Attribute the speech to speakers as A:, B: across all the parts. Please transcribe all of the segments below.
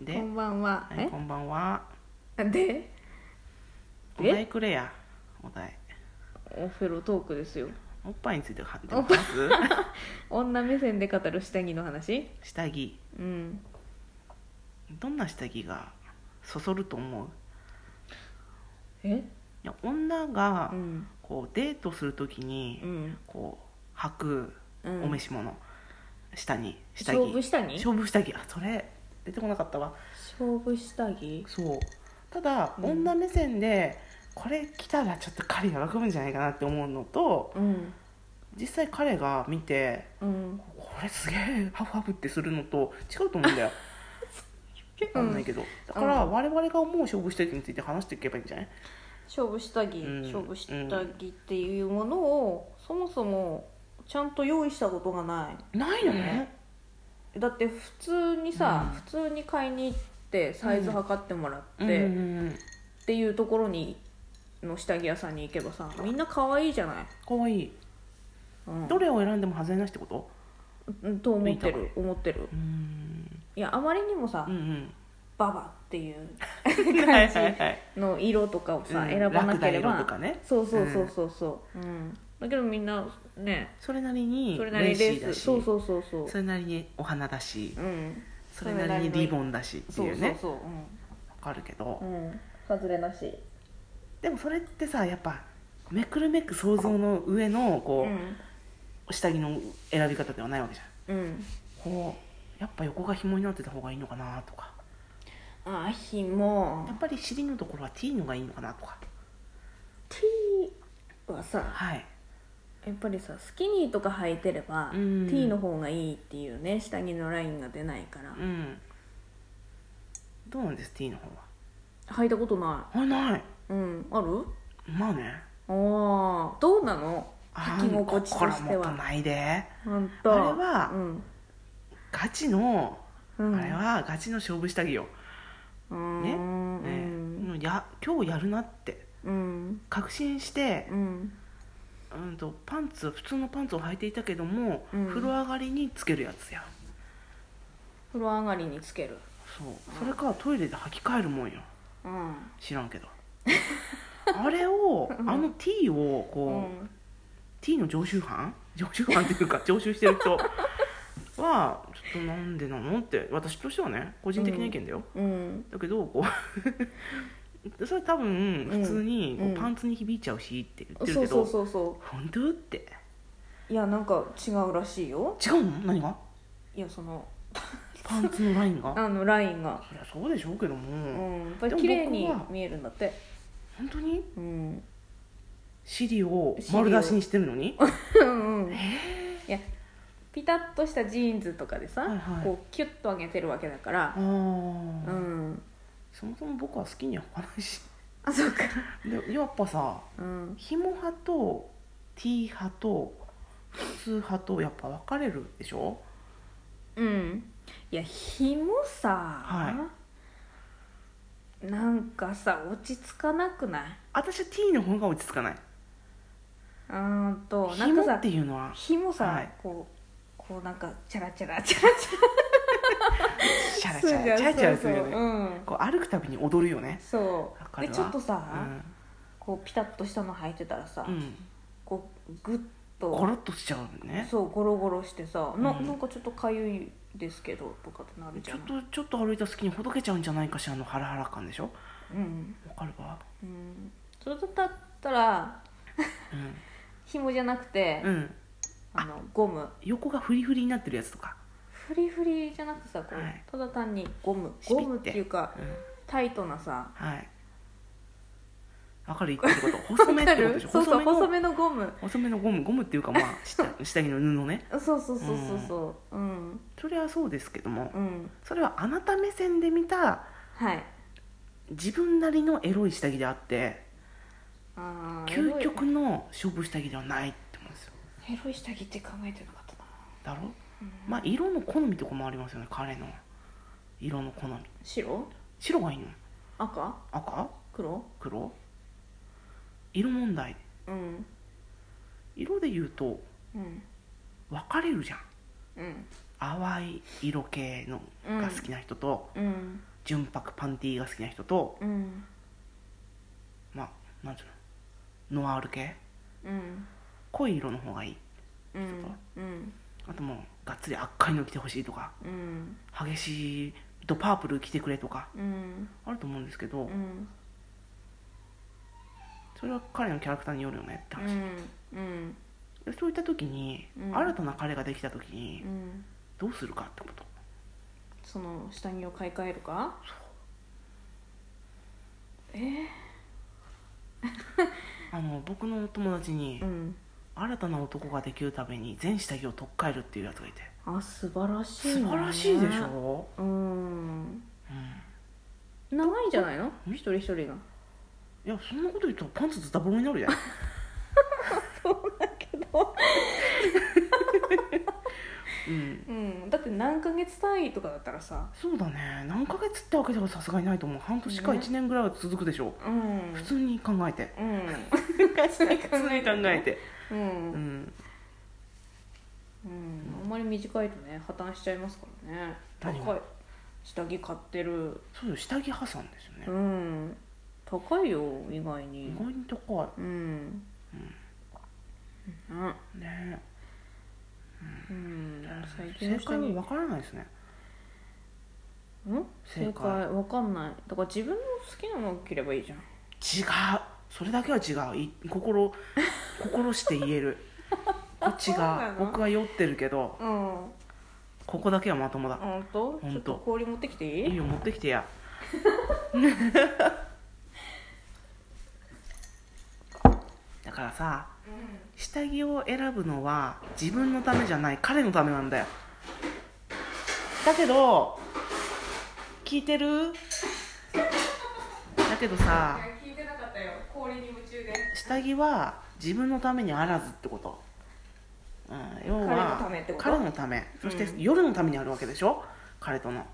A: で、
B: こんばんは。
A: はい、こんばんは。
B: えで
A: お
B: え
A: 題くれや。お題。
B: オフェロトークですよ
A: おっぱいについては、で
B: お
A: も
B: っぱ
A: 話 す。
B: 女目線で語る下着の話
A: 下着。
B: うん
A: どんな下着が。そそると思う。
B: え
A: いや、女が
B: う。ん
A: こう、デートするとき
B: う
A: に。
B: ん
A: こう。履く。
B: うん
A: お召し物。下に。下着。
B: 勝負下着
A: 勝負下着。あ、それ。出てこなかったわ。
B: 勝負下着
A: そうただ、
B: うん
A: 女目線でこれ着たらちょっと彼喜ぶんじゃないかなって思うのと
B: うん
A: 実際彼が見て
B: うん
A: これすげえハフハフってするのと違うと思うんだ よ分かんないけど、だから
B: うん
A: 我々が思う勝負下着について話していけばいいんじゃない
B: 勝負下着、
A: うん
B: 勝負下着っていうものをそもそもちゃんと用意したことがな
A: ないのね、
B: いだって普通にさ、
A: うん
B: 普通に買いに行ってサイズ測ってもらって、
A: うん
B: っ
A: うんうん
B: ていうところにの下着屋さんに行けばさみんな可愛いじゃない、
A: かわいい
B: うん、
A: どれを選んでも外れなしってこと
B: うんと思って
A: いい
B: る思ってる
A: うん
B: いやあまりにもさ、
A: うんうん
B: ババっ ていう
A: は
B: 感
A: いはい
B: じ
A: はい
B: の色とかをさ、
A: うん
B: 選ばなけ
A: ラクダ
B: れ
A: 色
B: ば
A: とかね
B: そうそうそうそうそう、うんだけどみんなね
A: それなりに
B: それなりにレ
A: レーシー
B: ー
A: だ
B: ス
A: し
B: そうそうそうそう
A: それなりにお花だし
B: うん
A: それなりにリボンだしって
B: そう
A: い
B: そうう
A: ね
B: そう
A: わかるけど
B: うん、うん、外れなし
A: でもそれってさやっぱめくるめく想像の上の
B: う
A: こう、
B: ん
A: 下着の選び方ではないわけじゃん
B: うん
A: こうやっぱ横が紐になってた方がいいのかなとか
B: あーひも
A: やっぱり尻のところは T のがいいのかなとか
B: T はさ
A: はい
B: やっぱりさスキニーとか履いてれば、
A: うん
B: T の方がいいっていうね下着のラインが出ないから、
A: うんどうなんです T の方は
B: 履いたことな
A: あない
B: いうんある
A: まあね
B: ああどうなの
A: あ
B: 履き心地とし
A: これ
B: て
A: もっと
B: は
A: ないで
B: 本
A: あ
B: 当
A: れは
B: うん
A: ガチの、
B: うん、
A: あれはガチの勝負下着よ、
B: うーん
A: ね
B: うん
A: ねもうや今日やるなって
B: うん
A: 確信して
B: うん
A: うんとパンツ普通のパンツを履いていたけども、
B: うん
A: 風呂上がりにつけるやつや
B: 風呂上がりにつける
A: そうそれからトイレで履き替えるもんよ
B: うん
A: 知らんけ どあれを
B: うん
A: あの T をこう、
B: うん
A: T の常習犯 常習犯っていうか常習してる人はちょっとなんでなのって私としてはね個人的な意見だよ、
B: うん
A: だけどこう それ多分普通にこう
B: うん
A: パンツに響いちゃうしって言ってる
B: そ
A: け
B: う
A: ど、
B: そうそうそ
A: 本当って
B: ういやなんか違うらしいよ
A: 違うの何が
B: いやその
A: パンツのライ ンが
B: あのラインが
A: そりゃそうでしょうけども、
B: うんやっぱり
A: でも
B: 綺麗に
A: 僕は
B: 見えるんだって
A: 本当に
B: うん
A: シリを丸出しにしてるの に
B: うんうんいやピタッとしたジーンズとかでさ、
A: はいはい
B: こうキュッと上げてるわけだから
A: ああ、
B: うん
A: そもそも僕は好きには履かないし
B: あそうか
A: でやっぱさ
B: うん
A: ひも派と T 派と普通派とやっぱ分かれるでしょ
B: うんいや日もさ、
A: は
B: なんかさ落ち着かなくない
A: 私は T の方が落ち着かない
B: あーんとな
A: ひ
B: んか
A: もっ
B: さ
A: ていうのは
B: 日もさ、
A: はい
B: こうこうなんかチャラチャラチャラチ
A: シャ
B: ャラ
A: ラシャラチャラチャラするよ
B: そうそう
A: ね
B: うん
A: こう歩くたびに踊るよね
B: そ
A: わ
B: う
A: かる
B: で
A: わ
B: ちょっと
A: う
B: さ、
A: ん、
B: こうピタッとしたの履いてたらさ、
A: うん、
B: こうグッ
A: ゴ
B: と
A: ロッとしちゃうね
B: そうゴロゴロしてさ、な
A: うん
B: なんかちょっとかゆいですけどとかってなる
A: ち
B: じゃ
A: ょっと
B: ん
A: ちょっと歩いた隙にほどけちゃうんじゃないかしらのハラハラ感でしょ
B: うん、
A: わかるわ
B: うん、それだったら
A: うん
B: 紐じゃなくて、
A: うん、
B: あのゴム
A: 横がフリフリになってるやつとか、
B: フリフリじゃなくさこう、
A: はい
B: ただ単にゴム
A: しび
B: ゴ
A: って
B: ムっていうか
A: うん、
B: タイトなさ
A: はいわかる言っ てること細めってことでしょ
B: そうそう
A: の
B: 細めのゴム
A: 細めのゴムゴムっていうか まあ下下着の布ね
B: そうそうそうそうそううん
A: それはそうですけども
B: うん
A: それはあなた目線で見た
B: はい
A: 自分なりのエロい下着であって
B: あー
A: 究極の勝負下着ではないって思うんですよ
B: エロいエロい下着って考えてなかった
A: だ
B: な、
A: ろ
B: うん
A: まあ色の好みとかもありますよね彼の色の好み
B: 白
A: 白がいいの
B: 赤
A: 赤
B: 黒
A: 黒色問題
B: うん
A: 色で言うと
B: うん
A: 分かれるじゃん
B: うん
A: 淡い色系のが好きな人と、
B: うん
A: 純白パンティーが好きな人と
B: うん
A: まあなんていうのノワール系
B: うん
A: 濃い色の方がいい
B: うんうん
A: あともうがっつり赤いの着てほしいとか
B: うん
A: 激しいドパープル着てくれとか
B: うん
A: あると思うんですけど、
B: うん
A: それは彼のキャラクターによるよねって話、
B: うん
A: でそういった時に、
B: うん
A: 新たな彼ができた時に
B: うん
A: どうするかってこと
B: その下着を買い替えるかえ
A: あの僕の友達に、
B: ー、うん
A: 新たな男ができるために全下着を取っ替えるっていうやつがいて
B: あ素晴らしい、
A: 素
B: ね、
A: 晴らしいでしょ、
B: うん
A: うん、
B: 長いんじゃないの一人一人が
A: いやそんなこと言うとパンツズダボロになるじゃん
B: そうだけど
A: うん
B: うんだって何ヶ月単位とかだったらさ
A: そうだね何ヶ月ってわけではさすがにないと思う半年か
B: ね
A: 1年ぐらいは続くでしょ
B: うん
A: う、普通に考えて
B: うん普通に考
A: 普通に考えて
B: う、
A: うんん
B: うん、あんまり短いとね破綻しちゃいますからね高
A: 何が
B: い下着買ってる
A: そうよ下着破産ですよね
B: うん高いよ意外に
A: 意外に高
B: うんうん
A: いね
B: うん最
A: 正
B: 近の下
A: 解
B: 着
A: もわからないですね
B: ん
A: 正解
B: 正解わかんないだから自分の好きなのを着ればいいじゃん
A: 違うそれだけは違うい心心して言えるこっち
B: そう
A: が
B: なの
A: 僕は酔ってるけど
B: うん
A: ここだけはまともだ
B: 本当
A: ほんと
B: ちょっと氷持ってきてい
A: い
B: い
A: いよ持ってきてやだからさ下着を選ぶのは自分のためじゃない彼のためなんだよだけど聞いてるだけどさ
B: 聞いてなかったよ氷に夢中で
A: 下着は自分のためにあらずってこと、うん、要は
B: 彼のためってこと
A: 彼のためそして
B: うん
A: 夜のためにあるわけでしょ彼との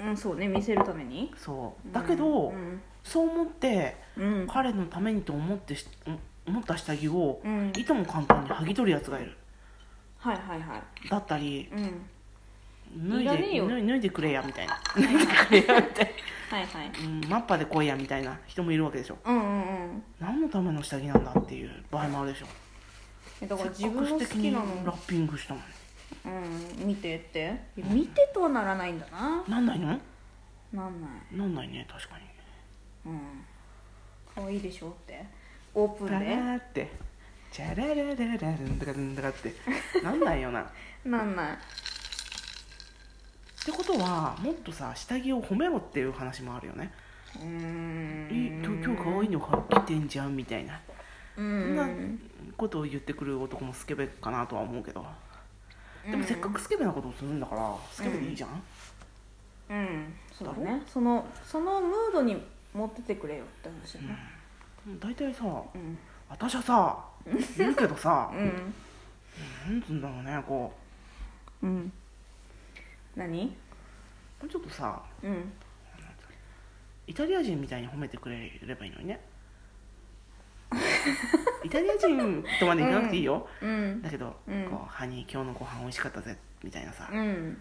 B: うんそうね見せるために
A: そうだけど、
B: うん
A: そう思って
B: うん
A: 彼のためにと思ってし思った下着を
B: うん
A: いとも簡単に剥ぎ取るやつがいる
B: はいはいはい
A: だったり
B: うん
A: 脱い
B: い
A: で
B: らねえよ
A: 脱い脱いでくれやみたいな、
B: はいは
A: う
B: い
A: ん、マッパで来いやみたいな人もいるわけでしょ
B: うんうんうん
A: 何のための下着なんだっていう場合もあるでしょ
B: えだから自分の好
A: せっかく素敵
B: き
A: に
B: な
A: ラ
B: の
A: ッピングしたのに
B: うん見てっていや見てとはならないんだな
A: なんないの
B: なんない
A: なんないね確かに
B: うん可愛いでしょってオープ
A: ラ
B: ン
A: ラ
B: で
A: ーってチャラララララルンダカルンダカってなんないよなっ
B: なんない
A: てことはもっとさ下着を褒めろっていう話もあるよね
B: うーん
A: え今日今日可愛いの着てんじゃんみたいな
B: う
A: なんことを言ってくる男もスケベかなとは思うけど
B: うん
A: でもせっかくスケベなことをするんだからスケベでいいじゃん、
B: うんそうだ
A: だ
B: ねそのそのムードに持っててくれよって話だね
A: 大体さ
B: うん
A: 私は さ言うけどさ
B: うん
A: 何つうんだろうねこ
B: うん何
A: うもうちょっとさ
B: うん
A: イタリア人みたいに褒めてくれればいいのに ねイタリア人とまでいかなくていいよ、
B: うん
A: だけど、
B: うん
A: こう「ハニー今日のご飯美味しかったぜ」みたいなさ、
B: うん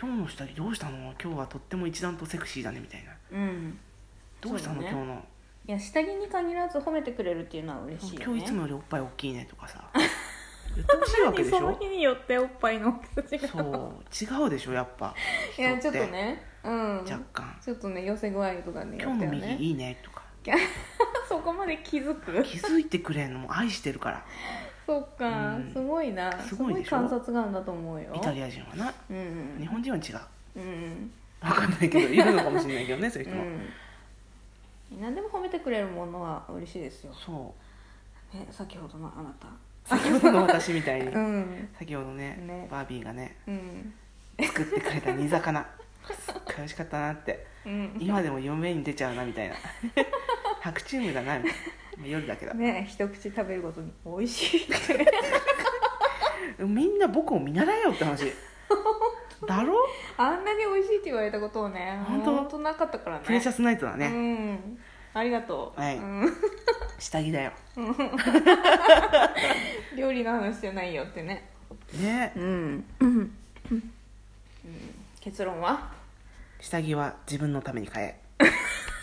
A: 今日の下着どうしたの今日はとっても一段とセクシーだね」みたいな
B: うん
A: 「どうしたの、
B: そうだね
A: 今日の
B: いや下着に限らず褒めてくれるっていうのは嬉しいよ
A: 今
B: ね
A: 日いつもよりおっぱい大きいね」とか さ言ってほしいわけでし
B: その
A: ょ
B: 日によっておっぱいの大きさが
A: そう違うでしょやっぱ
B: いやち
A: 人
B: ょっとねうん
A: 若干
B: ちょっとね寄せ具合とか
A: 「
B: ね
A: 今日の
B: よっ
A: 右
B: てはね
A: いいね」とか
B: そこまで気づく
A: 気づいてくれんのも愛してる から
B: そっか、
A: うん
B: すごいな
A: す
B: す
A: ごい
B: ごい
A: でしょ
B: 観察眼だと思うよ
A: イタリア人はな
B: うん
A: 日本人は違う
B: うんうん
A: 分かんないけどいるのかもしれないけどねそういう
B: う
A: 人も、
B: ん何でも褒めてくれるものは嬉しいですよ、
A: そ
B: ね、先ほどのあなた
A: う先ほどの私みたいに
B: うん
A: 先ほどね
B: ね
A: バービーがね
B: うん
A: 作ってくれた煮魚すっごい美味しかったな って
B: うん
A: 今でも嫁に出ちゃうなみたいな 白チームだなみたいな夜だけだ
B: ね一口食べるごとに美味しいって ね
A: みんな僕を見習えよって 話だろ
B: あんなに美味しいって言われたことをね
A: 本当
B: 本当なかったからね
A: プレシャスナイトだね、
B: うんありがとう、
A: はい
B: うん、
A: 下着だよ
B: 料理の話じゃないよってね
A: ね
B: うん、うん、結論は
A: 下着は自分のために買え